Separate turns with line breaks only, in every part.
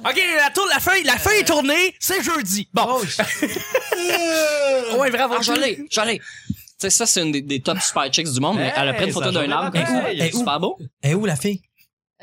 OK, la, tour- la feuille, la feuille est tournée, c'est jeudi. Bon. ouais, bravo.
Ah, j'en ai, j'en ai. Tu sais, ça, c'est une des, des top super chicks du monde, mais elle a pris une
Hey,
photo
ça,
d'un
j'en ai
arbre.
la
comme ça.
pareille.
C'est super beau.
Et où la fille?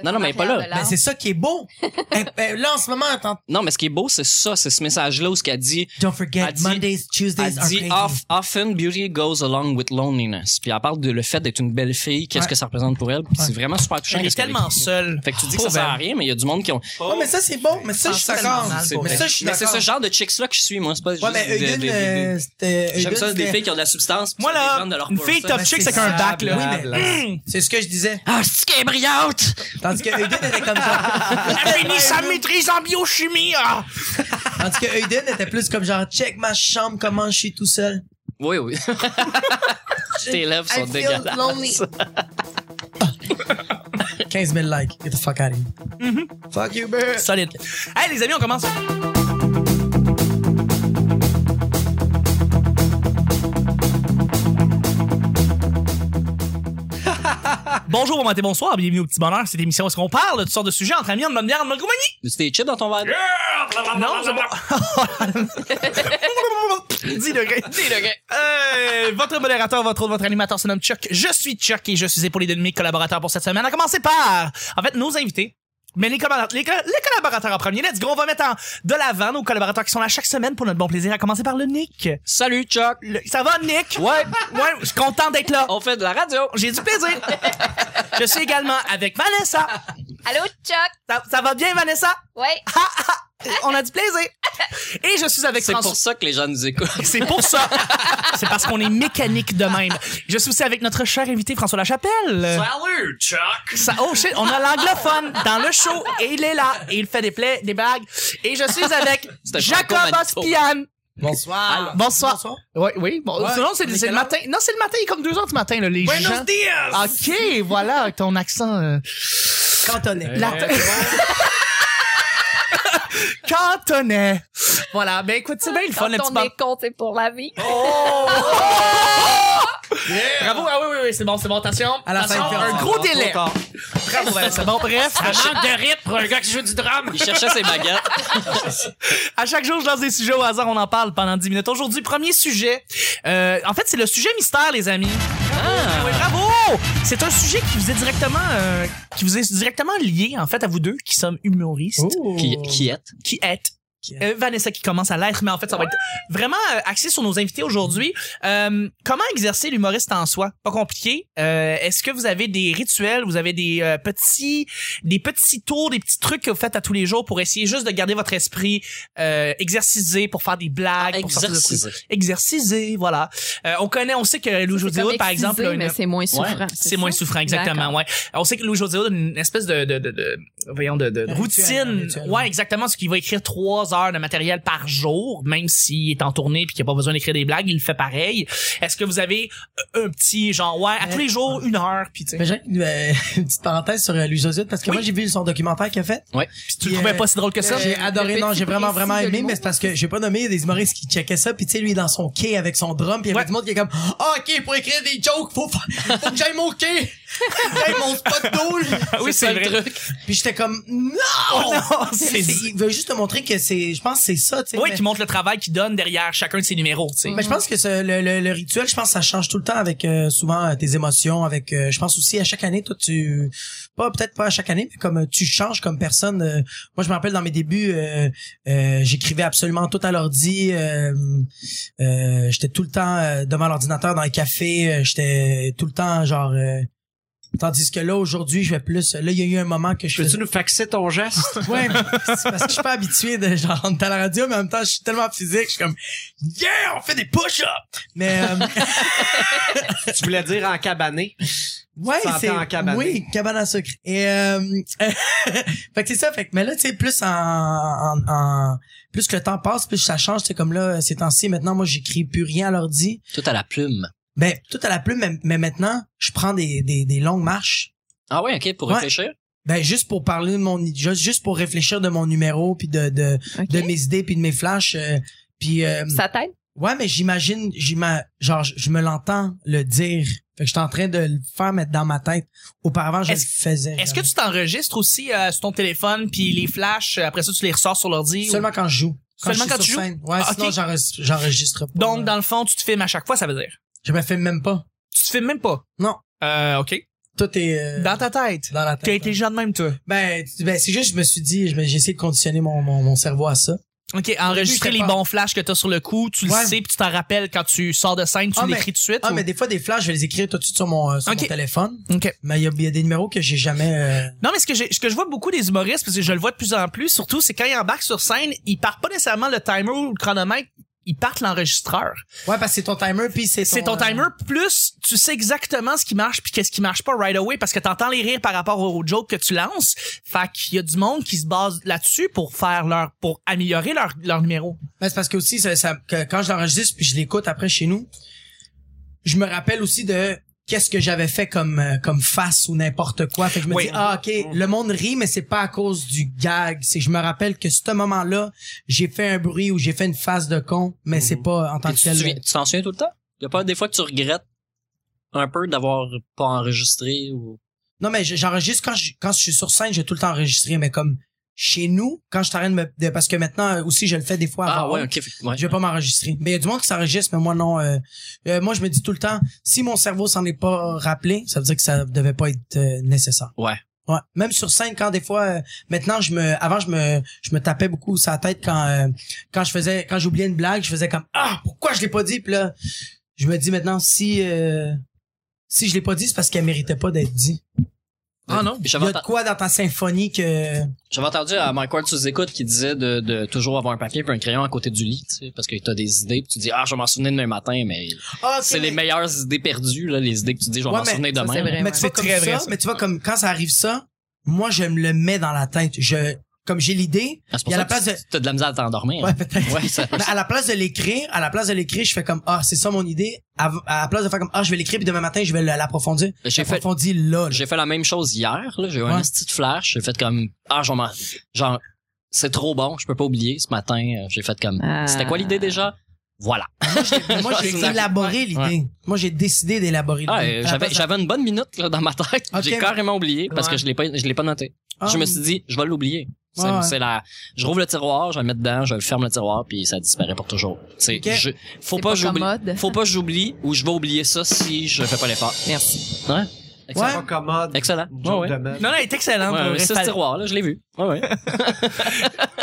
Non, non, mais pas là.
Ah.
Ben, c'est ça qui est beau. Eh, ben, là, en ce moment, attends.
Non, mais ce qui est beau, c'est ça, c'est ce message-là où ce qu'elle dit,
Don't forget,
Elle dit-
Mondays, Tuesdays
elle
are
dit
crazy.
Of- often beauty goes along with loneliness. Puis elle parle de le fait d'être une belle fille, qu'est-ce
Ouais.
que ça représente pour elle. Puis
Ouais.
c'est vraiment super touchant.
Elle est
qu'est-ce qu'elle
tellement
écrit.
seule.
Fait que tu dis que ça
Pauvre
sert à
elle.
rien, mais il y a du monde qui ont.
Ouais, Ah, mais ça, c'est beau. Mais ça, je suis
C'est
d'accord.
normal,
Mais ça, je suis
Mais c'est
d'accord.
ce genre de chicks-là que je suis, moi. C'est pas
Ouais,
juste
mais
des- des-
Eugene,
des-
euh, c'était-
J'aime ça,
Eugene,
des
c'était-
filles qui ont de la substance. puis
Moi,
qui sont
là,
des gens de leur
une
corps,
fille
ça.
top
Ben,
chick,
c'est
c'est qu'un
ça,
dac, là. Mm.
oui, mais- C'est ce que je disais.
Ah, c'est qu'elle est brillante!
Tandis que Eugene était comme ça.
Elle a fini sa maîtrise en biochimie. Ah.
Tandis que Aiden était plus comme genre, check ma chambre, comment je suis tout seul.
Oui, oui. Tes lèvres sont
I feel
dégueulasses.
lonely. 15 000 likes. Get the fuck out of here. Fuck you, bitch.
Solide. Hey, les amis, on commence. Bonjour, bon matin, bonsoir, bienvenue au Petit Bonheur, cette émission où est-ce qu'on parle de toutes sortes de sujets entre amis, en bonne bière, en bonne compagnie.
Tu t'es chips dans ton verre?
Non, c'est bon. 10 degrés. 10 degrés. Euh, votre modérateur, votre autre, votre animateur se nomme Chuck. Je suis Chuck et je suis épaulé de mes collaborateurs pour cette semaine. À commencer par, en fait, nos invités. Mais les, colla- les, colla- les collaborateurs en premier. Let's go, on va mettre en- de l'avant nos collaborateurs qui sont là chaque semaine pour notre bon plaisir. À commencer par le Nick.
Salut, Chuck!
Le- ça va, Nick?
Ouais,
Ouais, je suis content d'être là.
on fait de la radio!
J'ai du plaisir. je suis également avec Vanessa.
Allô, Chuck?
Ça, ça va bien, Vanessa?
Ouais.
On a du plaisir. Et je suis avec
C'est
François.
pour ça que les gens nous écoutent.
C'est pour ça. C'est parce qu'on est mécanique de même. Je suis aussi avec notre cher invité François Lachapelle.
Salut, Chuck!
Ça, oh shit, on a l'anglophone dans le show et il est là et il fait des plaies, des blagues. Et je suis avec
C'était
Jacob
Franco Manito.
Ospian.
Bonsoir.
Bonsoir. Oui, oui. Bon,
Ouais,
sinon, c'est
on est
c'est
quelle
le matin. Non, c'est le matin. Il est comme 2 heures du matin, là, les gens.
Buenos dias.
OK, voilà, avec ton accent. euh,
Cantonais.
latin. Cantonais. Voilà, ben écoute, c'est bien le fun,
Quand
le petit
on est con, c'est pour la vie.
Bravo, ah oui, oui, oui, c'est bon, c'est bon, attention.
À la
Attention,
fin,
un
on
gros
va
délai.
trop
Bravo, Vanessa. Bon, bref, à chaque,
Manque de rythme pour un gars qui joue du drame!
Ils cherchaient ses baguettes.
à chaque jour, je lance des sujets au hasard, on en parle pendant 10 minutes. Aujourd'hui, premier sujet. Euh, en fait, c'est le sujet mystère, les amis. Ah. Oui, bravo! C'est un sujet qui vous est directement, euh, qui vous est directement lié, en fait, à vous deux, qui sommes
Oh.
humoristes,
Qui, qui est?
qui êtes.
Qui
euh, Vanessa qui commence à l'être, mais en fait, ça va être vraiment euh, axé sur nos invités aujourd'hui. Euh, comment exercer l'humoriste en soi? Pas compliqué. Euh, Est-ce que vous avez des rituels, vous avez des euh, petits des petits tours, des petits trucs que vous faites à tous les jours pour essayer juste de garder votre esprit euh, exercisé pour faire des blagues, pour sortir de trucs.
Exerciser.
exercisé, voilà. Euh, on connaît, on sait que Lou José Hood, par exemple, a une-
mais c'est moins souffrant.
c'est moins souffrant, exactement,
D'accord.
ouais. On sait que Louis José Hood a une espèce de, de, de, de- voyons, de, de
Un
routine.
rituel, un rituel,
ouais,
ouais.
exactement, ce qu'il va écrire trois heures de matériel par jour, même s'il est en tournée puis qu'il n'a pas besoin d'écrire des blagues, il le fait pareil. Est-ce que vous avez euh, un petit, genre, ouais, à
Ouais.
tous les jours, une heure, puis tu sais,
Mais j'ai une, euh, une petite parenthèse sur euh, Louis José parce que
Oui.
moi j'ai vu son documentaire qu'il a fait.
Ouais.
Puis tu
puis,
le trouvais
euh,
pas si drôle que ça?
J'ai
le
adoré,
petit
non, j'ai vraiment
précis
vraiment
de
aimé,
l'humour.
mais c'est parce que j'ai pas nommé des humoristes qui checkaient ça, puis tu sais lui dans son quai avec son drum, puis il y avait
Ouais.
du monde qui est comme Ah, OK, pour écrire des jokes, faut fa- faut que j'aille mon quai. Faut que j'aille mon spot d'eau.
Ah oui,
C'est le
vrai.
truc.
Puis j'étais comme non,
c'est-
C'est- c'est- il veut juste te montrer que c'est je pense que c'est ça, tu sais.
Oui,
mais-
qui montre le travail qu'il donne derrière chacun de ses numéros, tu sais.
Mais je pense que ce- le, le, le rituel, je pense que ça change tout le temps avec euh, souvent euh, tes émotions, avec euh, je pense aussi à chaque année, toi tu pas peut-être pas à chaque année, mais comme euh, tu changes comme personne. euh, moi je me rappelle dans mes débuts, euh, euh, j'écrivais absolument tout à l'ordi. euh, euh, j'étais tout le temps euh, devant l'ordinateur dans les cafés, euh, j'étais tout le temps genre euh, Tandis que là, aujourd'hui, je vais plus. Là, il y a eu un moment que je faisais-
Peux-tu nous faxer ton geste?
Ouais, mais c'est parce que je suis pas habitué de genre on est à la radio, mais en même temps, je suis tellement physique, je suis comme Yeah, on fait des push-ups! Mais euh,
tu voulais dire en cabané?
ouais,
Tu te
c'est.
sentais en cabane.
Oui, cabane à sucre. Et euh, Fait que c'est ça, fait que mais là, tu sais, plus en, en, en- plus que le temps passe, plus ça change, c'est comme là, ces temps-ci, maintenant moi j'écris plus rien à l'ordi.
Tout à la plume.
Ben, tout à la plume, mais, mais maintenant, je prends des, des, des longues marches.
Ah ouais, ok, pour
Ouais.
réfléchir.
Ben juste pour parler de mon juste, juste pour réfléchir de mon numéro puis de, de,
Ok.
de mes idées puis de mes flashs euh, puis euh,
Ça t'aide?
Ouais, mais j'imagine, j'ima- genre, je je me l'entends le dire. Fait que je suis en train de le faire mettre dans ma tête. Auparavant, je le
Est-ce-
faisais.
Est-ce que tu t'enregistres aussi euh, sur ton téléphone, puis les flashs, euh, après ça, tu les ressors sur l'ordi? ou-
Seulement quand je joue.
Seulement
je suis
quand tu
sur
joues?
scène. Ouais,
Ah,
sinon
ok.
j'enregistre- j'enregistre pas.
Donc, dans le fond, tu te filmes à chaque fois, ça veut dire?
Je me filme même pas.
Tu te filmes même pas?
Non.
Euh, OK.
Tout est euh,
Dans ta tête.
dans la
T'es
tête.
intelligent de même, toi.
Ben, tu- ben c'est juste, je me suis dit, je me- j'ai essayé de conditionner mon, mon, mon cerveau à ça.
OK, enregistrer
j'étais
les
pas-
bons flashs que t'as sur le coup, tu
Ouais.
le sais, puis tu t'en rappelles quand tu sors de scène, tu
Ah, mais-
l'écris tout de suite.
Ah,
ou-
mais des fois, des flashs, je vais les écrire tout de suite sur mon, euh, sur
Ok.
mon téléphone.
OK.
Mais il y a, il y a des numéros que j'ai jamais... euh,
Non, mais ce que, j'ai- ce que je vois beaucoup des humoristes, parce que je le vois de plus en plus, surtout, c'est quand ils embarquent sur scène, ils partent pas nécessairement le timer ou le chronomètre, ils partent l'enregistreur.
Ouais, parce que c'est ton timer, puis c'est ton...
C'est ton
euh,
timer, plus tu sais exactement ce qui marche puis qu'est-ce qui marche pas right away, parce que t'entends les rires par rapport aux jokes que tu lances. Fait qu'il y a du monde qui se base là-dessus pour faire leur, pour améliorer leur, leur numéro.
Ben, c'est parce que aussi, ça, ça- que quand je l'enregistre puis je l'écoute après chez nous, je me rappelle aussi de qu'est-ce que j'avais fait comme euh, comme face ou n'importe quoi. Fait que je me
Oui.
dis ah ok,
Mm.
le monde rit mais c'est pas à cause du gag. C'est que je me rappelle que ce moment-là, j'ai fait un bruit ou j'ai fait une face de con, mais c'est
Mm-hmm.
pas en tant
Puis
que
Tu te
tel.
souviens- tu t'en souviens tout le temps? Il y a pas des fois que tu regrettes un peu d'avoir pas enregistré ou.
Non mais je- j'enregistre quand je quand je suis sur scène, j'ai tout le temps enregistré, mais comme chez nous, quand je t'arrête de me de- parce que maintenant euh, aussi je le fais des fois.
Ah
avant
ouais, ok. fait- ouais.
Je vais pas m'enregistrer. Mais il y a du monde qui s'enregistre, mais moi non. euh, euh, moi, je me dis tout le temps, si mon cerveau s'en est pas rappelé, ça veut dire que ça devait pas être euh, nécessaire.
Ouais.
Ouais. Même sur scène, quand des fois, euh, maintenant, je me, avant, je me, je me tapais beaucoup sa tête quand, euh, quand je faisais, quand j'oubliais une blague, je faisais comme ah pourquoi je l'ai pas dit. Puis là, je me dis maintenant si, euh, si je l'ai pas dit, c'est parce qu'elle méritait pas d'être dit.
Ah non.
Il y
J'avais
a
enten-
de quoi dans ta symphonie que
J'avais entendu à Mike Ward sous écoute qui disait de, de toujours avoir un papier et un crayon à côté du lit, tu sais, parce que t'as des idées puis tu dis ah je vais m'en souvenir demain matin, mais
Ah, ok,
c'est
mais-
les meilleures idées perdues là, les idées que tu dis je vais
Ouais,
m'en
mais
souvenir
ça,
demain.
c'est vrai.
Mais tu vois,
C'est
comme
très vrai,
ça,
ça.
mais tu vois, comme quand ça arrive ça, moi, je me le mets dans la tête. Je, comme j'ai l'idée,
Ah, c'est
Il y a
ça
la place
que
de-
tu- t'as de la misère à t'endormir. hein.
ouais, peut-être.
Ouais, ça-
Mais à la place de l'écrire, à la place de l'écrire, je fais comme, ah, c'est ça mon idée. À, à la place de faire comme, ah, je vais l'écrire, puis demain matin, je vais le- l'approfondir.
j'ai fait
J'approfondis là, là.
j'ai fait la même chose hier, là, j'ai eu un
Ouais.
petit flash, j'ai fait comme ah je vais m'en genre c'est trop bon, je peux pas oublier ce matin, euh, j'ai fait comme
Ah.
c'était
Euh,
quoi l'idée déjà Voilà.
Mais Moi, j'ai
Exact.
élaboré l'idée.
Ouais.
Moi, j'ai décidé d'élaborer l'idée.
Ah,
À
euh,
la
j'avais
place de-
j'avais une bonne minute là, dans ma tête,
Ok.
j'ai carrément oublié parce
Ouais.
que je l'ai pas je l'ai pas noté.
Ah,
je me suis dit, je vais l'oublier. C'est
Ouais, ouais.
c'est la, je rouvre le tiroir, je le mets dedans, je ferme le tiroir, puis ça disparaît pour toujours. C'est,
Ok.
je, faut
C'est
pas,
pas
que j'oublie,
commode.
faut pas que j'oublie ou je vais oublier ça si je fais pas l'effort.
Merci.
Ouais.
C'est
Excellent.
pas commode.
Excellent. Ouais,
Joke
ouais.
de merde.
Non, non, elle est excellente.
Ouais,
pour
ouais,
vrai.
ça, ce tiroir, là, je l'ai vu. Ouais, ouais.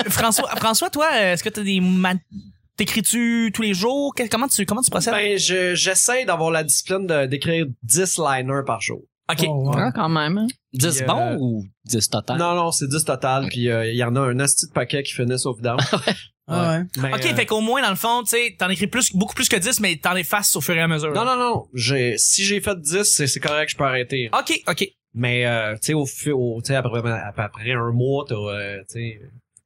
François, François, toi, est-ce que t'as des ma- t'écris-tu tous les jours Que- Comment tu comment tu procèdes
Ben, je- j'essaie d'avoir la discipline de- d'écrire 10 liners par jour.
Ok.
oh, wow.
Ah, quand même. hein.
10
euh,
bons ou 10 total?
Non, non, c'est 10 total, puis euh, il y en a un asti de paquet qui finissent au vidange.
Ah, ouais.
Mais,
Ok,
euh,
fait qu'au moins dans le fond, tu sais, t'en écris plus, beaucoup plus que 10, mais t'en effaces au fur et à mesure.
euh, Non, non, non. J'ai, si j'ai fait 10, c'est, c'est correct, je peux arrêter.
Ok, ok.
Mais, euh, tu sais, au, fu- au tu sais, après, après un mois, t'as, euh, tu sais,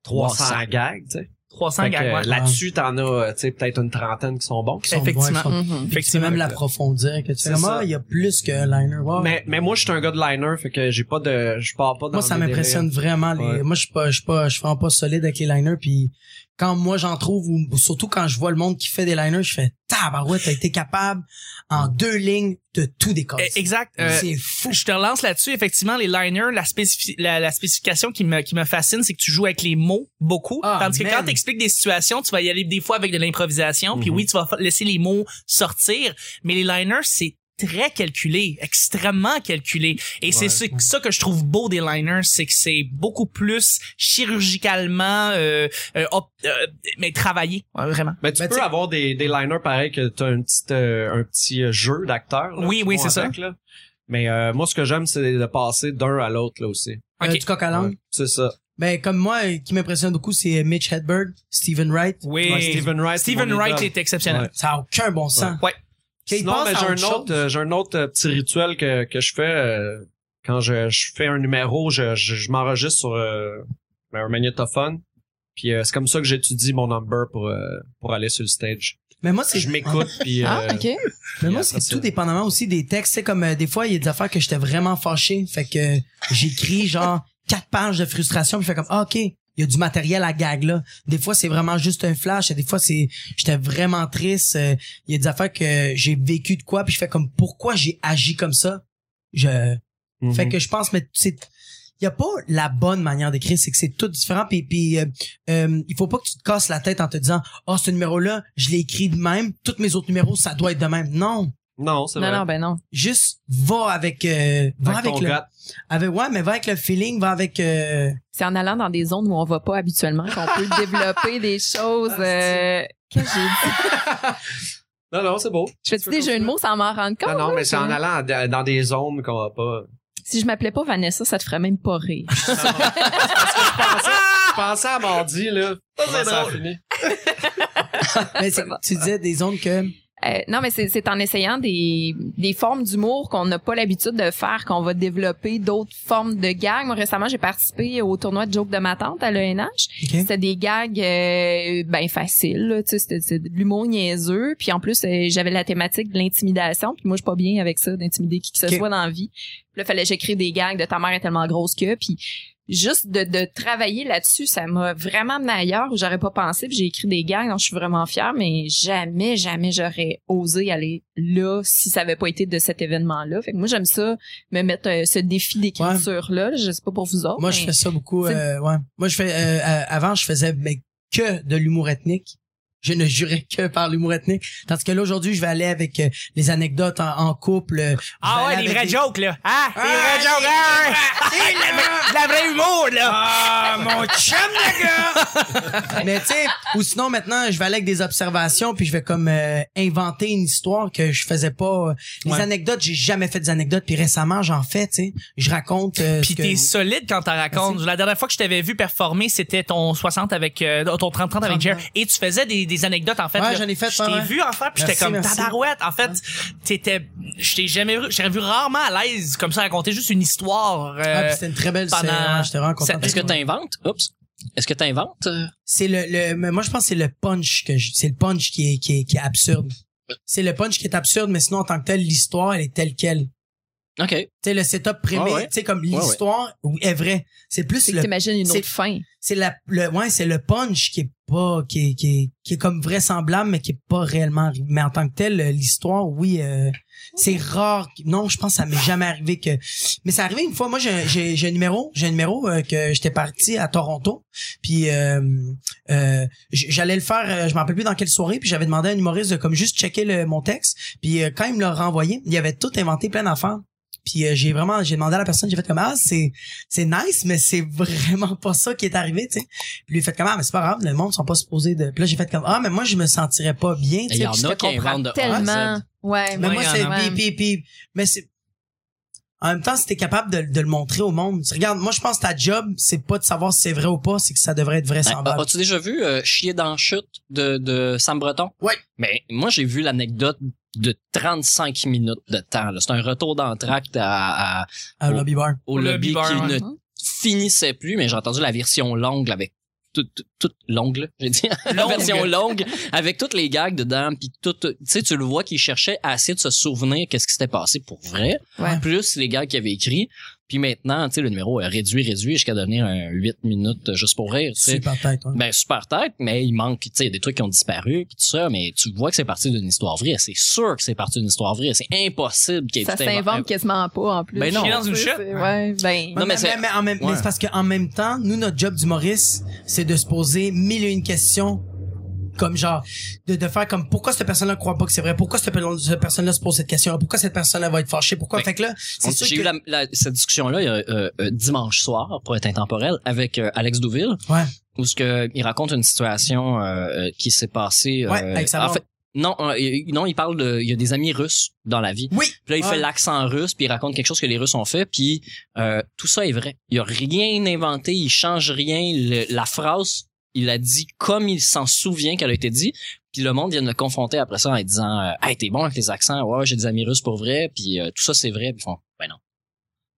300
300.
gags, tu sais.
300
Fait que,
gags.
euh,
ouais. Ah.
Là-dessus, t'en as, euh, tu sais, peut-être une trentaine qui sont bons.
Ils sont bons,
Effectivement.
ils sont-
Mhm.
Puis tu peux
Effectivement.
même l'approfondir. Que tu
C'est
fais comme,
ça.
ah, il y a plus qu'un liner. Wow.
Mais, mais moi, je suis un gars de liner, fait que j'ai pas de, je pars pas dans
Ah. Moi, ça
mes hein.
m'impressionne vraiment. Les...
Ouais.
Moi, je suis pas, je suis pas, je suis vraiment pas solide avec les liners. Puis quand moi j'en trouve, ou surtout quand je vois le monde qui fait des liners, je fais tabarouette, t'as été capable en deux lignes de tout décoller.
Euh,
Eh,
exact. euh,
c'est fou.
je te relance là-dessus. Effectivement, les liners, la, spécifi- la, la spécification qui me, qui me fascine, c'est que tu joues avec les mots beaucoup.
Ah,
tandis que
man.
quand t'expliques des situations, tu vas y aller des fois avec de l'improvisation. Puis
Mhm.
oui, tu vas fa- laisser les mots sortir. Mais les liners, c'est très calculé, extrêmement calculé. Et c'est ce- ça que je trouve beau des liners, c'est que c'est beaucoup plus chirurgicalement, euh, euh, op- euh, mais travaillé, Ouais, vraiment.
Mais tu
Ben,
peux
t'sais-
avoir des, des liners pareil que t'as un petit, euh, un petit euh, jeu d'acteur. là,
Oui,
qui
oui,
vont
c'est ça.
avec, là. Mais euh, moi, ce que j'aime, c'est de passer d'un à l'autre, là aussi.
Euh,
ok.
du coq à l'âne.
Ouais, c'est ça.
Ben comme moi, euh, qui m'impressionne beaucoup, c'est Mitch Hedberg, Stephen Wright.
Oui.
Ouais, Stephen Wright. c'est
Stephen
mon
Wright
idole.
est exceptionnel.
Ouais.
Ça a aucun bon sens.
Ouais.
Qu'il
Sinon,
pense
ben,
à
j'ai un
autre
autre,
chose.
euh, j'ai un autre euh, petit rituel que, que je fais euh, quand je, je fais un numéro, je, je, je m'enregistre sur euh, un magnétophone. Puis euh, c'est comme ça que j'étudie mon number pour euh, pour aller sur le stage.
Mais moi, c'est
Je m'écoute puis
Ah,
euh,
ok.
Mais moi,
Yeah,
c'est
ça,
tout
c'est-
dépendamment aussi des textes. C'est comme euh, des fois, il y a des affaires que j'étais vraiment fâché. Fait que j'écris genre quatre pages de frustration. Puis je fais comme, ah, OK, il il y a du matériel à gag là. Des fois c'est vraiment juste un flash, et des fois c'est j'étais vraiment triste, euh, il y a des affaires que j'ai vécu de quoi puis je fais comme pourquoi j'ai agi comme ça. Je
Mhm. mm-hmm.
fait que je pense mais c'est il y a pas la bonne manière d'écrire, c'est que c'est tout différent puis puis euh, euh, il faut pas que tu te casses la tête en te disant "Ah, ce numéro là, je l'ai écrit de même, tous mes autres numéros ça doit être de même." Non,
Non, c'est
Non,
vrai.
non, ben non.
juste va avec euh, va
Fait que
avec,
ton
le
gars-
avec ouais, mais va avec le feeling, va avec euh,
C'est en allant dans des zones où on va pas habituellement qu'on peut développer des
Ah,
choses. euh, Qu'est-ce que j'ai dit?
Non, non, c'est beau.
Je fais-tu des jeux de mots sans m'en rendre compte?
Non, non,
là?
mais c'est en allant à- dans des zones qu'on va pas.
Si je m'appelais pas Vanessa, ça te ferait même pas rire.
Je pensais à mardi, là. Comment Ça, a fini?
mais c'est- tu disais des zones que
Euh, non, mais c'est c'est en essayant des, des formes d'humour qu'on n'a pas l'habitude de faire qu'on va développer d'autres formes de gags. Moi, récemment, j'ai participé au tournoi de joke de ma tante à l'ENH.
OK.
C'était des gags euh, ben faciles, là, tu sais, c'était c'est de l'humour niaiseux. Puis en plus, euh, j'avais la thématique de l'intimidation. Puis moi, je suis pas bien avec ça, d'intimider qui que ce
Ok.
soit dans la vie. Puis là, fallait que j'écrive des gags de ta mère est tellement grosse que. Puis juste de, de travailler là-dessus, ça m'a vraiment amené ailleurs où j'aurais pas pensé. Puis j'ai écrit des gags dont je suis vraiment fière, mais jamais, jamais j'aurais osé aller là si ça avait pas été de cet événement-là. Fait que moi, j'aime ça, me mettre euh, ce défi d'écriture-là. Je sais pas pour vous autres.
Moi, je
mais-
fais ça beaucoup.
C'est-
euh, ouais. Moi, je fais. euh, euh, avant, je faisais mais, que de l'humour ethnique. Je ne jurais que par l'humour ethnique. Tandis que là, aujourd'hui, je vais aller avec euh, les anecdotes en, en couple. euh, je vais
Ah ouais,
aller
les
avec
vrais jokes, là. Ah, les
Ah,
vrais jokes, hein? De la vraie humour, là. Ah, mon chum, le gars!
Mais tu sais, ou sinon, maintenant, je vais aller avec des observations, puis je vais comme euh, inventer une histoire que je faisais pas. Les
Ouais.
anecdotes, j'ai jamais fait des anecdotes, puis récemment, j'en fais, tu sais. Je raconte... euh,
Puis
ce que-
t'es solide quand t'en racontes. La dernière fois que je t'avais vu performer, c'était ton 60 avec, euh, ton 30-30 avec Jer. Et tu faisais des, des anecdotes, en fait.
Ouais,
là.
j'en ai fait,
Je
ouais,
t'ai
ouais.
vu en faire, puis j'étais
Merci,
comme
merci.
tabarouette. En fait, t'étais, je t'ai jamais vu, j'ai vu rarement à l'aise comme ça raconter juste une histoire. euh,
Ah, puis c'était une très belle
pendant-
série, ouais, j'étais vraiment content.
C'est-
Est-ce que t'inventes? Oups. Est-ce que t'inventes? euh,
c'est le, le mais moi je pense que c'est le punch que je- c'est le punch qui est qui est, qui est absurde. C'est le punch qui est absurde mais sinon en tant que tel l'histoire elle est telle quelle.
OK.
Tu sais le setup prémé,
Ouais, ouais.
tu sais comme
ouais.
l'histoire oui, est vraie. C'est plus
C'est
le
que t'imagines une
c'est-
autre fin.
c'est la le ouais, c'est le punch qui est pas qui est, qui est, qui est comme vraisemblable mais qui est pas réellement arrivé. mais en tant que tel euh, l'histoire oui euh, c'est rare qu- non je pense que ça m'est jamais arrivé que mais ça arrivé une fois moi j'ai j'ai j'ai un numéro j'ai un numéro euh, que j'étais parti à Toronto puis euh, euh, j- j'allais le faire euh, je me rappelle plus dans quelle soirée puis j'avais demandé à un humoriste de comme juste checker le, mon texte puis euh, quand il me l'a renvoyé il avait tout inventé plein d'affaires puis euh, j'ai vraiment j'ai demandé à la personne j'ai fait comme ah c'est c'est nice mais c'est vraiment pas ça qui est arrivé tu sais puis lui il fait comme ah mais c'est pas grave le monde sont pas supposés de puis là j'ai fait comme ah mais moi je me sentirais pas bien tu
Il
sais
y en
puis je te
a qui
comprends.
inventent de A à
tellement.
Z.
Ouais,
mais
ouais,
moi
ouais,
c'est
ouais.
puis, puis, puis- mais c'est en même temps si t'es capable de, de le montrer au monde tu regardes moi je pense que ta job c'est pas de savoir si c'est vrai ou pas c'est que ça devrait être
Ben,
vraisemblable
As-tu déjà vu euh, Chier dans la chute de, de Sam Breton?
Ouais.
Mais moi, j'ai vu l'anecdote de 35 minutes de temps. là. C'est un retour d'entracte à, à-
à Lobby Bar
Au
au,
lobby
lobby,
bar,
qui
ouais.
ne finissait plus, mais j'ai entendu la version longue là, avec tout- tout- toute longue, là, j'ai dit. la
Longue.
version longue avec toutes les gags dedans puis tout tu sais tu le vois qu'il cherchait à essayer de se souvenir qu'est-ce qui s'était passé pour vrai
Ouais.
plus les gags qu'il avait écrits puis maintenant tu sais le numéro est réduit réduit jusqu'à devenir un 8 minutes euh, juste pour rire tu sais
super tête ouais.
ben super tête mais il manque tu sais il y a des trucs qui ont disparu puis tout ça mais tu vois que c'est parti d'une histoire vraie c'est sûr que c'est parti d'une histoire vraie c'est impossible qu'il y ait
Ça
tout inventé.
s'invente quasiment pas en plus.
Ben non.
Je
Chier
dans une
sais,
chute.
c'est- Ouais, ben.
Non, mais c'est-
mais, en même, mais
ouais.
c'est parce qu'en même temps, nous, notre job d'humoriste, c'est de se poser mille et une questions comme genre de, de faire comme pourquoi cette personne-là croit pas que c'est vrai pourquoi cette, pe- cette personne-là se pose cette question pourquoi cette personne-là va être fâchée pourquoi
Ben,
fait que là c'est
On-
sûr
J'ai
que
eu la, la- cette discussion-là euh, euh, euh, dimanche soir, pour être intemporel, avec euh, Alex Douville.
Ouais.
Où ce que, il raconte une situation euh, euh, qui s'est passée. euh,
Ouais, avec sa
en
mort.
fait, non, euh, il- non, il parle de. Il y a des amis russes dans la vie.
oui
Puis là, il
Ouais.
fait l'accent russe, puis il raconte quelque chose que les Russes ont fait, puis euh, tout ça est vrai. Il a rien inventé, il change rien. Le- la phrase, il a dit comme il s'en souvient qu'elle a été dit, puis le monde vient de le confronter après ça en lui disant euh, Hey, t'es bon avec les accents, ouais, j'ai des amis russes pour vrai, puis euh, tout ça c'est vrai. Puis ils font Ben non.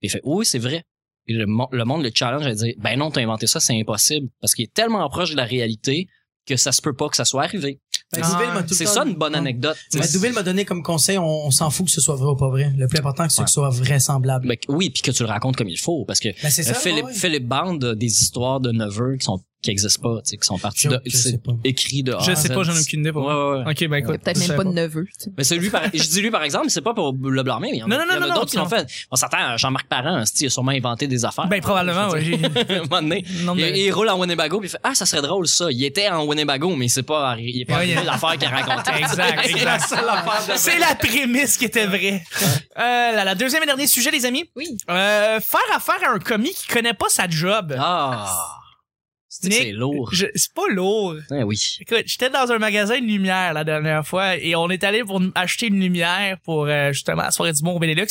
Puis il fait Oui, c'est vrai. Et le, mon- le monde le challenge à dire Ben non, t'as inventé ça, c'est impossible. Parce qu'il est tellement proche de la réalité que ça se peut pas que ça soit arrivé.
Ben,
Ah,
Douville m'a tout le
C'est
temps-
ça une bonne anecdote.
Ouais. Ben, Douville m'a donné comme conseil on, on s'en fout que ce soit vrai ou pas vrai le plus important c'est
Ouais.
que ce soit vraisemblable
Ben, oui, puis que tu le racontes comme il faut, parce que
ben, c'est
Euh,
ça
Philippe,
ouais, ouais.
Philippe Bande a des histoires de neveux qui sont qui existent pas, tu sais, qui sont
Je,
partis de,
je
c'est
sais pas.
écrit de A
Je
à
sais
Z.
pas, j'en ai aucune idée.
Ouais,
Pour...
ouais, ouais.
Ok, ben écoute.
Il y a peut-être même pas de neveu. tu sais.
Mais c'est lui, par... je dis lui par exemple, c'est pas pour le blâmer, mais il y en a,
Non, non,
il y en a
non, non,
d'autres qui l'ont
non.
fait. On s'attend à Jean-Marc Parent, hein, c'ti, il a sûrement inventé des affaires.
Ben probablement,
Je veux
ouais.
dire,
j'ai-
à un moment donné,
Non,
il,
mais-
il roule en Winnebago puis il fait ah ça serait drôle ça. Il était en Winnebago mais c'est pas arri- il est pas
Ouais,
arrivé
il-
l'affaire qu'il a racontée.
Exact, exact. C'est la prémisse qui était vraie. Euh, là, là, deuxième et dernier sujet, les amis.
Oui.
Euh, faire affaire à un commis qui connaît pas sa job.
Ah c'est
Nick,
c'est lourd.
Je- C'est pas lourd.
Ah oui.
Écoute, j'étais dans un magasin de lumière la dernière fois et on est allé pour n- acheter une lumière pour euh, justement la soirée du Mont au Benelux.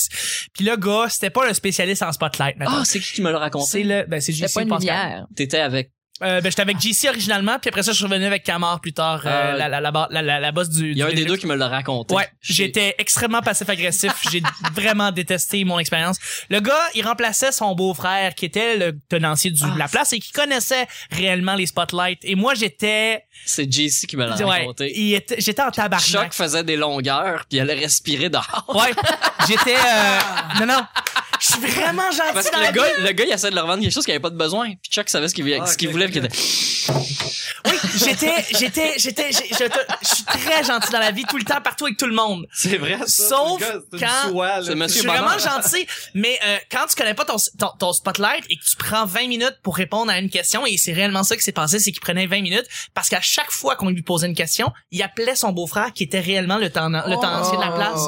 Puis le gars, c'était pas le spécialiste en spotlight. mettons.
Ah c'est qui qui me l'a
c'est
raconté
le ben c'est
C'était
JC
pas une
Pascal.
lumière.
T'étais avec
Euh, ben j'étais avec JC originalement puis après ça je suis revenu avec Camar plus tard euh,
Euh,
la, la, la, ba- la, la, la boss du
il y a
du
un des
Benelux.
deux qui me l'a raconté.
Ouais,
J'ai-
j'étais extrêmement passif-agressif. J'ai vraiment détesté mon expérience. Le gars, il remplaçait son beau-frère qui était le tenancier du- de
Ah.
la place et qui connaissait réellement les spotlights. Et moi, j'étais,
c'est JC qui me l'a
ouais,
raconté.
il était- j'étais en
Choc
tabarnak.
faisait des longueurs puis elle respirait dehors.
Ouais, j'étais, euh, non, non, je suis vraiment gentil
Parce que
Ah, dans la
le gars,
vie.
le gars, il essaie de leur vendre quelque chose qu'il avait pas de besoin. Puis Chuck savait ce qu'il voulait,
Ah,
ce qu'il
ok,
voulait,
ok.
puis il était-
Oui, j'étais, j'étais, j'étais, j'ai- je te- je suis très gentil dans la vie, tout le temps, partout avec tout le monde.
C'est vrai,
ça, Sauf le gars, c'est une quand-
C'est
Je
Monsieur
suis
Bannon.
vraiment gentil, mais euh, quand tu connais pas ton, ton, ton spotlight et que tu prends 20 minutes pour répondre à une question, et c'est réellement ça qui s'est passé, c'est qu'il prenait 20 minutes parce qu'à chaque fois qu'on lui posait une question, il appelait son beau-frère qui était réellement le, ten- le
Oh.
tenancier
Oh.
de la place.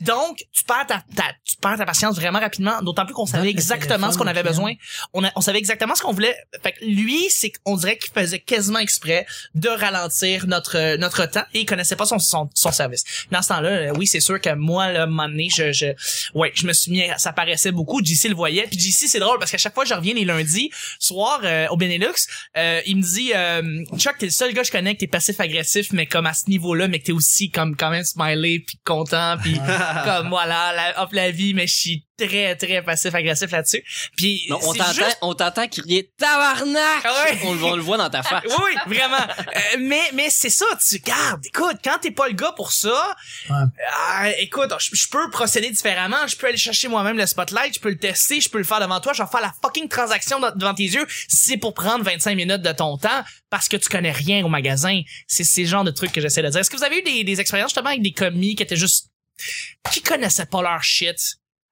Donc, tu perds ta, ta- tu perds ta patience vraiment rapidement, d'autant plus qu'on savait
le
exactement
téléphone,
ce qu'on avait
le client.
besoin. On, a- on savait exactement ce qu'on voulait. Fait que lui, c'est qu'on dirait qu'il faisait quasiment exprès de ralentir notre euh, notre temps et il connaissait pas son son, son service. Dans ce temps-là, euh, oui, c'est sûr que moi, là, un moment donné, je, je, ouais, je me suis mis, à- ça paraissait beaucoup. JC le voyait. Puis JC, c'est drôle parce qu'à chaque fois que je reviens les lundis soir euh, au Benelux, euh, il me dit, euh, Chuck, t'es le seul gars que je connais que t'es passif-agressif, mais comme à ce niveau-là, mais que t'es aussi comme quand même smiley puis content puis comme voilà, la, hop la vie, mais je suis très très passif-agressif là-dessus. Puis
Non, on
c'est
t'entend,
juste- Ah
on t'entend crier tabarnak.
Ouais.
On, le- on le voit dans ta face.
Oui, oui, vraiment. Euh, mais mais c'est ça, tu gardes. Écoute, quand t'es pas le gars pour ça,
Ouais.
euh, écoute, je je peux procéder différemment. Je peux aller chercher moi-même le spotlight, je peux le tester, je peux le faire devant toi, je vais faire la fucking transaction de- devant tes yeux si c'est pour prendre 25 minutes de ton temps parce que tu connais rien au magasin. C'est ces genres de trucs que j'essaie de dire. Est-ce que vous avez eu des, des expériences justement avec des commis qui étaient juste... qui connaissaient pas leur shit?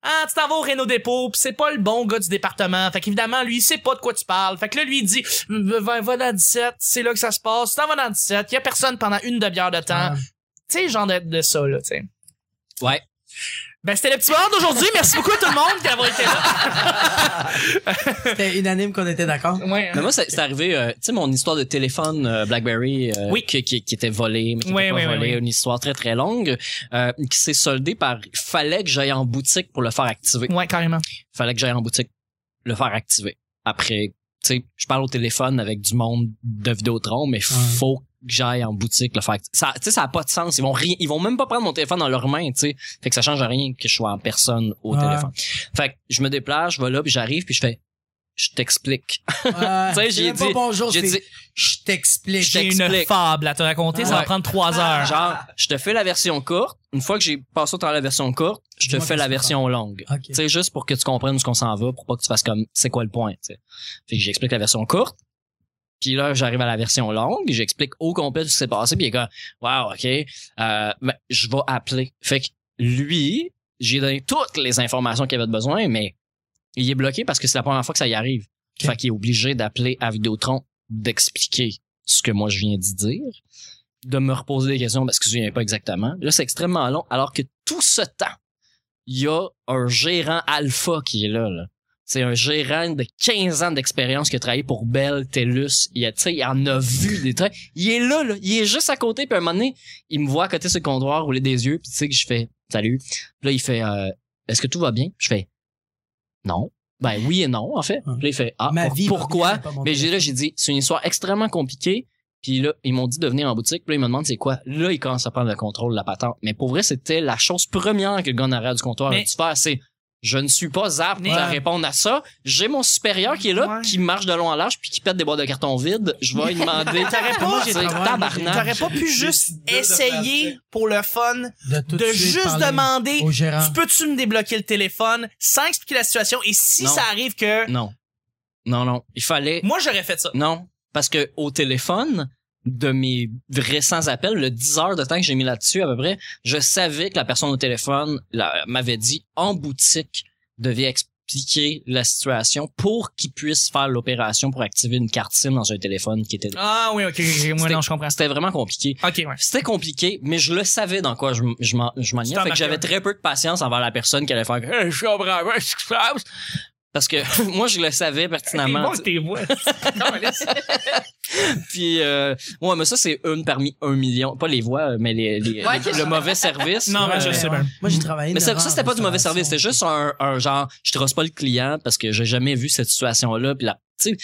Ah, tu t'en vas au Renault dépôt, pis c'est pas le bon gars du département. Fait qu'évidemment, lui, il sait pas de quoi tu parles. Fait que là, lui, il dit, va, va dans 17, c'est là que ça se passe, tu t'en vas dans 17, y a personne pendant une demi-heure de temps.
Ouais.
Tu sais, genre de, de ça, là, tu sais.
Ouais.
Ben, c'était le petit moment d'aujourd'hui. Merci beaucoup à tout le monde d'avoir été là.
C'était unanime qu'on était d'accord.
Ouais,
Mais moi, c'est c'est arrivé, euh, tu sais, mon histoire de téléphone euh, BlackBerry euh,
Oui.
qui, qui, qui était volé, mais qui
Oui,
était pas
oui, oui,
volé,
oui.
une histoire très très longue, euh, qui s'est soldée par fallait que j'aille en boutique pour le faire activer.
ouais carrément.
Fallait que j'aille en boutique le faire activer. Après, tu sais, je parle au téléphone avec du monde de Vidéotron, mais faut que j'aille en boutique le faire activer. Ça, tu sais, ça a pas de sens. Ils vont rien, ils vont même pas prendre mon téléphone dans leurs mains, tu sais. Fait que ça change rien que je sois en personne au
Ouais.
téléphone. Fait que je me déplace, je vais là, puis j'arrive, puis je fais, je t'explique.
Ouais.
Tu sais, j'ai
C'est même Euh, pas
dit-
bonjour,
J'ai
c'est-
dit,
je t'explique.
Je
J'ai une
t'explique.
fable à te raconter, ça va
Ouais.
prendre trois
Ah.
heures.
Genre, je te fais la version courte. Une fois que j'ai passé au temps de la version courte, je te
Dis-moi
fais
qu'est-ce
la
que
version longue.
Ok.
Tu sais, juste pour que tu comprennes où ce qu'on s'en va, pour pas que tu fasses comme, c'est quoi le point, tu sais. Fait que j'explique la version courte. Puis là, j'arrive à la version longue, j'explique au complet ce qui s'est passé, puis il est comme, wow, ok, euh, ben, je vais appeler. Fait que lui, j'ai donné toutes les informations qu'il avait de besoin, mais il est bloqué parce que c'est la première fois que ça y arrive.
Ok.
Fait qu'il est obligé d'appeler à Vidéotron, d'expliquer ce que moi je viens d'y dire, de me reposer des questions parce que je ne me souviens pas exactement. Là, c'est extrêmement long, alors que tout ce temps, il y a un gérant alpha qui est là. là. C'est un gérant de 15 ans d'expérience qui a travaillé pour Bell, TELUS. Il, a, tu sais, il en a vu des traits. Il est là, là. Il est juste à côté. Puis à un moment donné, il me voit à côté sur le comptoir, rouler des yeux. Puis tu sais que je fais « Salut ». Puis là, il fait euh, Est-ce que tout va bien? » Je fais « Non ». Ben oui et non, en fait. Puis là, il fait « Ah,
Hein. Ma
pour-
vie,
pourquoi? »
c'est pas mon
Mais j'ai là, Ben, j'ai dit, c'est une histoire extrêmement compliquée. Puis là, ils m'ont dit de venir en boutique. Puis là, ils me demandent c'est quoi. Là, ils commencent à prendre le contrôle de la patente. Mais pour vrai, c'était la chose première que le gars en arrière du comptoir
Mais-
a dû faire. C'est, je ne suis pas apte
Mais- euh,
à répondre à ça. J'ai mon supérieur qui est là,
Ouais.
qui marche de long en large, puis qui pète des boîtes de carton vide. Je vais lui demander.
T'aurais pas,
C'est
travaillé,
tabarnak.
t'aurais pas pu juste essayer pour le fun
De, tout
de
suite
juste
parler
demander
au gérant.
tu peux-tu me débloquer le téléphone sans expliquer la situation et si
Non.
ça arrive que
Non. Non, non. Il fallait.
moi j'aurais fait ça
Non. Parce que au téléphone, de mes récents appels, le 10 heures de temps que j'ai mis là-dessus à peu près, je savais que la personne au téléphone là, m'avait dit en boutique devait expliquer la situation pour qu'il puisse faire l'opération pour activer une carte SIM dans un téléphone qui était...
Ah oui, ok, ok, moi
C'était-
non, je comprends.
C'était vraiment compliqué.
Ok, ouais.
C'était compliqué, mais je le savais dans quoi je, m- je m'en- je
Tu
m'ennuyais.
t'en
Fait que j'avais très peu de patience envers la personne qui allait faire Hey, je comprends pas ce qui se passe. Parce que moi, je le savais pertinemment.
C'est bon, tes voix.
Puis, euh, ouais, mais ça, c'est une parmi un million. Pas les voix, mais les, les-
Ouais,
le, le mauvais service.
Non, mais je sais bien.
Moi, j'ai travaillé.
Mais
neuf
ça,
ans
ça,
en
c'était pas du mauvais
restauration.
service. C'était juste un, un genre, je trosse pas le client parce que j'ai jamais vu cette situation-là. Puis la, tu sais,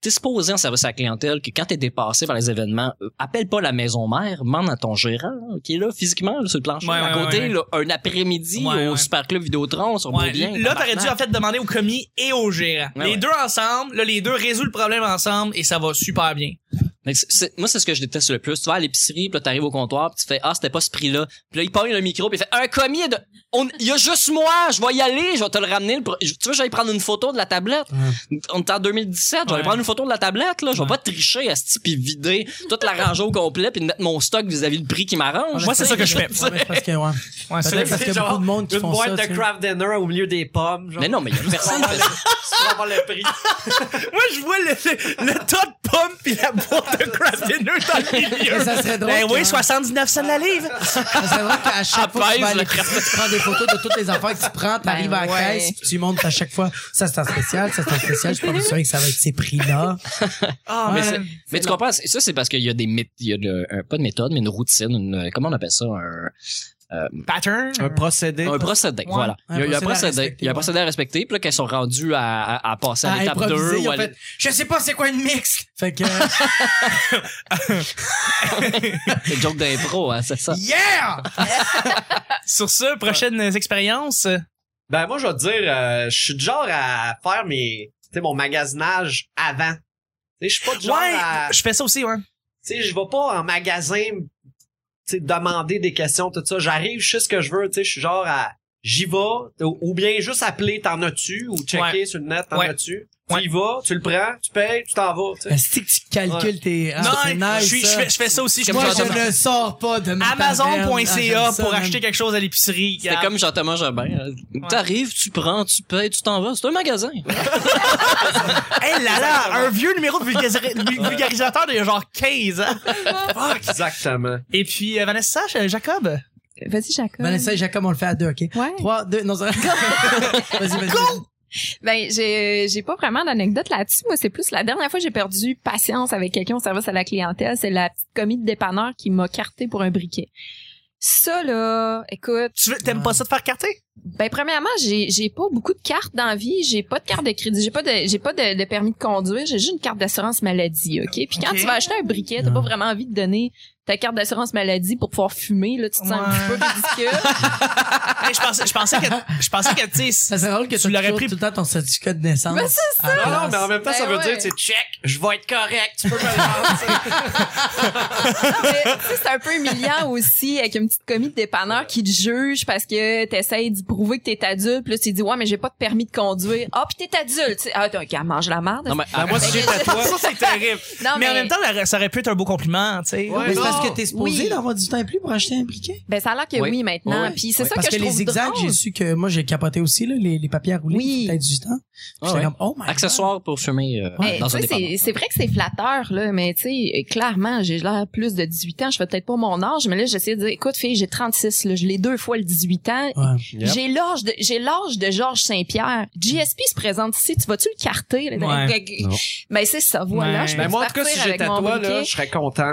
t'es supposé en service à la clientèle que quand t'es dépassé par les événements, euh, appelle pas la maison mère, demande à ton gérant hein, qui est là physiquement là, sur le plancher
Ouais,
à
ouais,
côté,
ouais.
là, un après-midi
Ouais,
au
ouais.
Super Club Vidéotron, sur
Ouais,
bien.
là, t'aurais dû en fait demander au commis et au gérant.
Ouais,
les
ouais.
deux ensemble, là, les deux résolvent le problème ensemble et ça va super bien.
Mais c'est- c'est- moi, c'est ce que je déteste le plus. Tu vas à l'épicerie, puis là, t'arrives au comptoir, puis tu fais Ah, c'était pas ce prix-là. Puis là, il pogne le micro, puis il fait Un commis, est de... on... il y a juste moi, je vais y aller, je vais te le ramener. le pro- Tu veux, j'allais prendre une photo de la tablette. On est en 2017, j'allais
Ouais.
prendre une photo de la tablette, là. Je vais
Ouais.
pas tricher à ce type, puis vider, toute la ranger au complet, puis mettre mon stock vis-à-vis le prix qui m'arrange.
Moi, c'est ça que je fais.
Ouais, mais c'est parce que, ouais.
Ouais, c'est
Peut-être parce qu'il y a
genre
beaucoup de monde qui
Une
font ça.
boîte
tu
de
sais.
craft dinner au milieu des pommes. Genre,
Mais non, mais il y a personne qui fait ça.
tu vas avoir le prix.
Moi, je vois le, le, de top pomme pis la boîte de craft dinner dans le milieu.
Mais ça serait drôle. hein.
Ben oui,
que-
79 cents la livre.
Mais C'est vrai qu'à chaque fois que tu vas à
Apaise le
l'épicerie, tu prends des photos de toutes les affaires que tu prends, t'arrives
Ben
à la
ouais.
caisse, puis tu montres à chaque fois, ça c'est un spécial, ça c'est un spécial, je suis pas sûr que ça va être ces prix-là.
Ah,
mais
man.
c'est- Mais tu comprends, c'est- ça c'est parce qu'il y a des mé- il y a de- un- pas de méthode, mais une routine, une, comment on appelle ça, un, euh,
pattern.
Un procédé.
un procédé,
Ouais.
voilà.
Un
Il y a- il y a un
procédé à
procédé, il y a
respecter,
un procédé à respecter, puis là, qu'elles sont rendues à, à, à passer à,
À
l'étape
improviser,
2
ils
ou
ont
à
fait,
l'é-
je sais pas c'est quoi une mix. Fait que, euh,
c'est une joke d'impro, hein, c'est ça.
yeah!
Sur ce, prochaines expériences.
Ben moi je vais te dire, euh, je suis du genre à faire mes, tu sais mon magasinage avant. Tu sais, je suis pas du genre
Ouais,
à, tu
je fais ça aussi, ouais.
sais, je vais pas en magasin, tu sais demander des questions tout ça. J'arrive, je sais ce que je veux. Tu sais, je suis genre à, j'y vais, ou, ou bien juste appeler, t'en as-tu, ou checker sur le net, t'en
Ouais.
as-tu.
Ouais.
Tu y vas, tu le prends, tu payes, tu t'en vas. tu sais.
Ben, C'est que tu calcules tes, ah,
non,
c'est
je,
nice,
suis- je
ça.
fais, je fais ça aussi.
C'est
Moi,
Moi,
comme
je-
Jean-Thomas.
je ne sors pas de ma
Amazon.ca
taverne. Ah, j'aime ça,
pour
man.
acheter quelque chose à l'épicerie.
C'est comme Jean-Thomas Jobin. hein. T'arrives, tu prends, tu payes, tu t'en vas. C'est un magasin.
Hey là là, un vieux numéro de vulgaris- vulgarisateur de genre hein. 15 ans.
Fuck, exactement.
Et puis, euh, Vanessa, euh, Jacob.
Vas-y, Jacob.
Vanessa et Ben, Jacob, on le fait à deux, ok?
Ouais.
Trois, deux, non, ça- vas-y, vas-y.
Ben, j'ai, j'ai pas vraiment d'anecdote là-dessus. Moi, c'est plus la dernière fois que j'ai perdu patience avec quelqu'un au service à la clientèle. C'est la petite commis de dépanneur qui m'a carté pour un briquet. Ça, là, écoute,
Tu veux- t'aimes
Ouais.
pas ça de faire carter?
ben, premièrement, j'ai, j'ai pas beaucoup de cartes d'envie. J'ai pas de carte de crédit. J'ai pas de, j'ai pas de, de permis de conduire. J'ai juste une carte d'assurance maladie, OK? Puis quand
Ok.
tu vas acheter un briquet, t'as
Ouais.
pas vraiment envie de donner ta carte d'assurance maladie pour pouvoir fumer, là. Tu te sens un petit
Ouais.
peu ridicule.
Hey, je pensais, je pensais que, je pensais que, tu sais,
Ça serait drôle que
Tu
tu
l'aurais
l'aurais
pris- Ben,
pris tout le temps ton certificat de naissance.
Mais
c'est
Non, non, mais en même temps,
Ben
ça veut
ouais.
dire, tu sais, check, je vais être correct, tu peux me le rendre.
Non, mais, tu sais, c'est un peu humiliant aussi avec une petite commis de dépanneur qui te juge parce que t'essayes d'y prouver que t'es adulte. Puis là, tu dis, ouais, mais j'ai pas de permis de conduire. Ah, puis t'es adulte. Tu sais, Ah, t'as un gars, mange la merde.
Non, mais
Ben, moi, si j'étais toi,
ça, c'est terrible.
Non,
mais, en même temps, la- ça aurait pu être un beau compliment, tu sais.
Ouais.
Mais c'est
Non.
parce que t'es supposé
Oui.
d'avoir du temps et plus pour acheter un briquet.
ben, ça a l'air que
Oui.
oui, maintenant.
Oui.
Puis c'est
Oui.
ça
Parce
que,
que
je
les
trouve
zigzags, j'ai
drôle.
su que moi, j'ai capoté aussi, là, les, les papiers à rouler.
Oui.
Peut-être du temps. Puis
Ah
J'étais
ouais.
comme, oh my God.
Accessoire pour fumer euh,
Mais,
dans
tu
un
sais,
dépanneur.
c'est c'est vrai que c'est flatteur, là, mais tu sais, euh, clairement, j'ai l'air plus de 18 ans. Je fais peut-être pas mon âge, mais là, j'essaie de dire, écoute, fille, j'ai 36, là, je l'ai deux fois le 18 ans.
Ouais.
Yep.
J'ai l'âge de, j'ai l'âge de Georges Saint-Pierre. GSP se présente ici, tu vas-tu le carter? Là,
Ouais.
Fait que-
Non.
Ben, c'est ça, voilà.
Ouais.
Je peux
Ben moi, en tout cas, si
partir
j'étais
avec mon
toi, là,
briquet.
je serais content.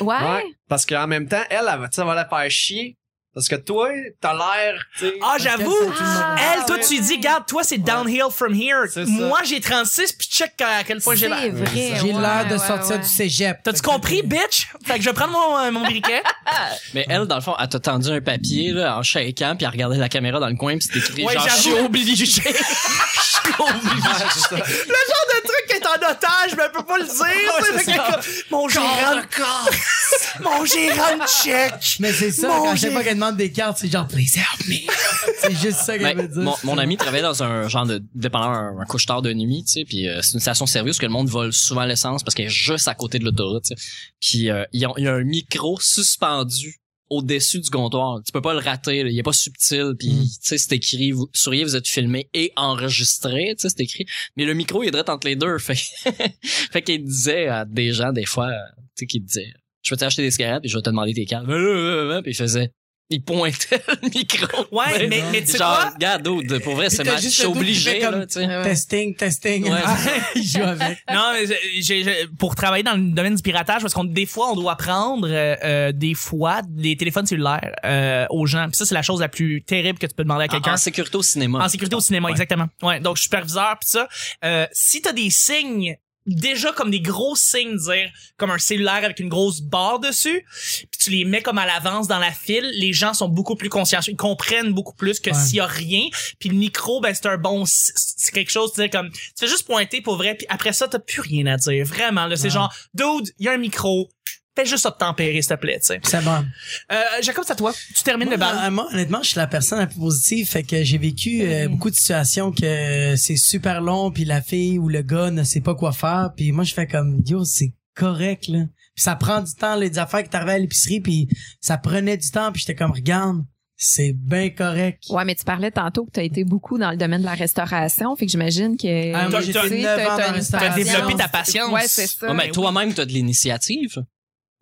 Ouais.
Ouais. Parce qu'en même temps, elle, elle va, tu sais, elle va la faire chier. Parce que toi, t'as l'air, tu sais.
Ah, j'avoue!
Ah,
Elle, toi,
ouais.
tu dis, garde, toi, c'est downhill from here.
C'est ça.
Moi, j'ai 36, puis check à quel point j'ai
C'est
l'air.
vrai.
J'ai
ouais,
l'air de
ouais,
sortir
ouais.
du cégep.
T'as-tu
Fait que-
compris, bitch? Fait que je vais prendre mon, euh, mon briquet.
Mais elle, dans le fond, elle t'a tendu un papier là, en shaking, puis elle regardait la caméra dans le coin, puis c'était écrit
Ouais,
genre, je suis
j'avoue.
obligé. Je suis obligé.
Ouais, c'est ça.
le truc qui est en otage, mais elle peut pas le dire. tu sais, fait que comme, mon gérant, Mon gérant de chèque!
Mais c'est ça,
Mon
quand je
Dieu.
pas qu'elle demande des cartes, c'est genre, please help me. c'est juste ça qu'elle
Ben,
veut dire.
mon, mon ami travaillait dans un genre de dépendant un, un couche-tard de nuit, tu sais, puis euh, c'est une station service que le monde vole souvent l'essence parce qu'elle est juste à côté de l'autoroute, tu sais. Puis euh, ils ont- il y a un micro suspendu au-dessus du comptoir. Tu peux pas le rater, là. il est pas subtil, puis
Mm.
tu sais c'est écrit vous souriez, vous êtes filmé et enregistré, tu sais c'est écrit. Mais le micro il est direct entre les deux, fait fait qu'il disait à des gens des fois, euh, tu sais qu'il disait je vais t'acheter des cigarettes puis je vais te demander tes cartes. Puis il faisait il pointait le micro.
Ouais, mais, mais tu sais
Genre,
quoi?
regarde, dude, pour vrai,
Puis
c'est
t'as
ma... Je
juste
suis
le dude qui
obligé,
fait
là,
comme-
tu sais.
Testing, testing.
Ouais.
Il joue avec.
Non, mais j'ai- j'ai- j'ai- pour travailler dans le domaine du piratage, parce qu'on des fois on doit prendre euh, euh, des fois des téléphones cellulaires euh, aux gens. Puis ça c'est la chose la plus terrible que tu peux demander à
En,
quelqu'un.
en sécurité au cinéma.
En sécurité au cinéma,
Ouais.
exactement. Ouais, donc je suis superviseur puis ça. Euh, si t'as des signes déjà comme des gros signes, dire comme un cellulaire avec une grosse barre dessus, puis tu les mets comme à l'avance dans la file, les gens sont beaucoup plus conscientieux, ils comprennent beaucoup plus que
Ouais.
s'il y a rien. Puis le micro, ben c'est un bon, c- c'est quelque chose, tu sais comme tu fais juste pointer pour vrai, puis après ça t'as plus rien à dire, vraiment. Là, c'est
Ouais.
genre, dude, il y a un micro, fais juste obtempérer s'il te plaît, tu sais.
C'est bon.
Euh, Jacob, c'est à toi. Tu termines le
Moi,
bal.
euh, Moi, honnêtement, je suis la personne la plus positive, fait que j'ai vécu
Mm.
euh, beaucoup de situations que c'est super long, puis la fille ou le gars ne sait pas quoi faire, puis moi je fais comme yo, c'est correct là. Puis ça prend du temps les affaires qui t'arrivaient à l'épicerie, puis ça prenait du temps, puis j'étais comme regarde, c'est bien correct.
Ouais, mais tu parlais tantôt que tu as été beaucoup dans le domaine de la restauration, fait que j'imagine que
Ah, moi,
t'as-
j'ai
t'as-
fait
Tu sais,
neuf ans
t'as-
dans
t'as
la
une
T'as
restauration.
développé ta patience.
Ouais, c'est ça.
Oh,
Ouais,
ben
mais toi-même, t'as de l'initiative.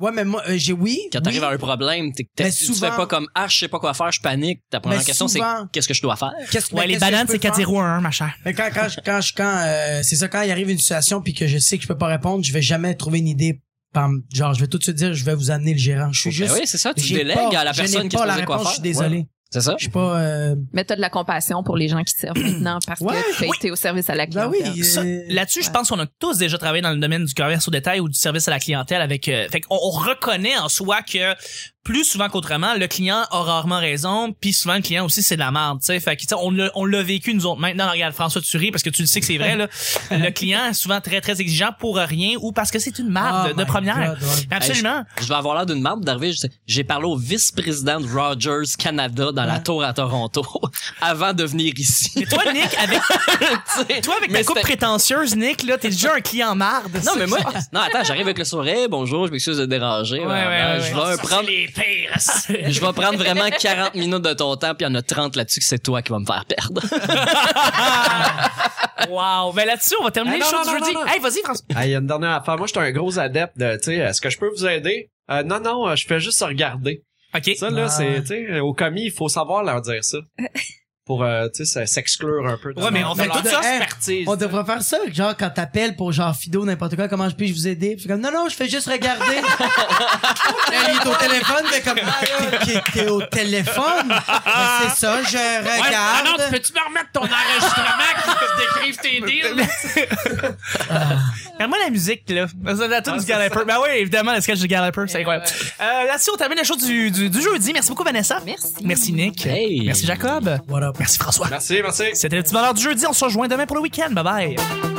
Ouais, mais moi euh, j'ai oui.
Quand
oui,
t'arrives à un problème, t'es- t'es-
Mais
tu
souvent-
fais pas comme « Ah, je sais pas quoi faire, je panique. » Ta première
Mais
question, c'est
souvent-
« Qu'est-ce que je dois faire?
qu'est-ce- mais
Ouais, les
ben, qu'est-ce que
bananes,
je peux
c'est
faire?
4-0-1, ma chère.
Mais quand quand je- quand je- quand euh, c'est ça quand il arrive une situation puis que je sais que je peux pas répondre, je vais jamais trouver une idée. par- Genre je vais tout de suite dire je vais vous amener le gérant. Je suis »
Ben
juste
oui, c'est ça. Tu
J'ai
délègues
pas-
à la
je
personne
n'ai
qui
pas
te
la
faisait quoi
réponse,
faire.
Je suis désolé.
Ouais. C'est ça?
Je suis pas. Euh...
Mais t'as de la compassion pour les gens qui te servent maintenant parce
Ouais,
que tu as
oui.
été au service à la
Ben
clientèle.
oui.
Ça,
euh,
Là-dessus, je
Ouais.
pense qu'on a tous déjà travaillé dans le domaine du commerce au détail ou du service à la clientèle avec. euh, fait qu'on on reconnaît en soi que plus souvent qu'autrement, le client a rarement raison, puis souvent le client aussi c'est de la merde, tu sais. Fait que tu sais, on l'a on l'a vécu nous autres. Maintenant, regarde François, tu ris parce que tu le sais que c'est vrai là. le client est souvent très très exigeant pour rien ou parce que c'est une merde
oh
de
my
première.
God, ouais.
Absolument.
Je vais avoir l'air d'une marde d'arriver. je sais, J'ai parlé au vice-président de Rogers Canada dans la
Ouais.
tour à Toronto avant de venir ici.
Mais toi, Nick, avec
Tu sais,
toi avec
mais
ta coupe
c'était-
prétentieuse, Nick, là, t'es déjà un client marde.
Non, mais moi, non, attends, j'arrive avec le sourire. Bonjour, je m'excuse de déranger.
Ouais, ouais,
Voilà,
ouais,
je vais
ouais.
prendre,
les pires.
je vais prendre vraiment 40 minutes de ton temps, puis il y en a 30 là-dessus que c'est toi qui vas me faire perdre.
Wow. Ben là-dessus, on va terminer le
Ah, non,
show
non,
du
non,
jeudi.
non, non.
Hey, vas-y, François.
Ah, il y a une dernière affaire. Moi, j'étais un gros adepte de, tu sais, est-ce que je peux vous aider? Euh, non, non, euh, je fais juste regarder.
OK.
Ça, là,
Ah,
c'est,
ouais.
tu sais, au commis, il faut savoir leur dire ça. Pour, euh, tu sais, ça s'exclure un peu. de
Ouais, mais
leur-
on fait
de leur
tout ça, c'est-
expertise.
On devrait faire ça, genre quand t'appelles pour genre Fido, n'importe quoi, comment je puis vous aider? Puis je suis comme non, non, je fais juste regarder. Là, il est au téléphone, mais comme t'es- t'es- t'es au téléphone. Mais c'est ça, je regarde.
Ah peux-tu me remettre ton enregistrement qui décrive tes deals? Regarde-moi la musique, là. C'est la tune
Ah, Eh,
du
c'est
Galloper. Ben oui, évidemment, le sketch du Galloper, c'est incroyable. Euh, là-dessus, on termine la show du, du, du jeudi. Merci beaucoup, Vanessa.
Merci.
Merci, Nick.
Hey.
Merci, Jacob.
What up?
Merci, François.
Merci, merci.
C'était le petit bonheur du jeudi. On se rejoint demain pour le week-end. Bye bye.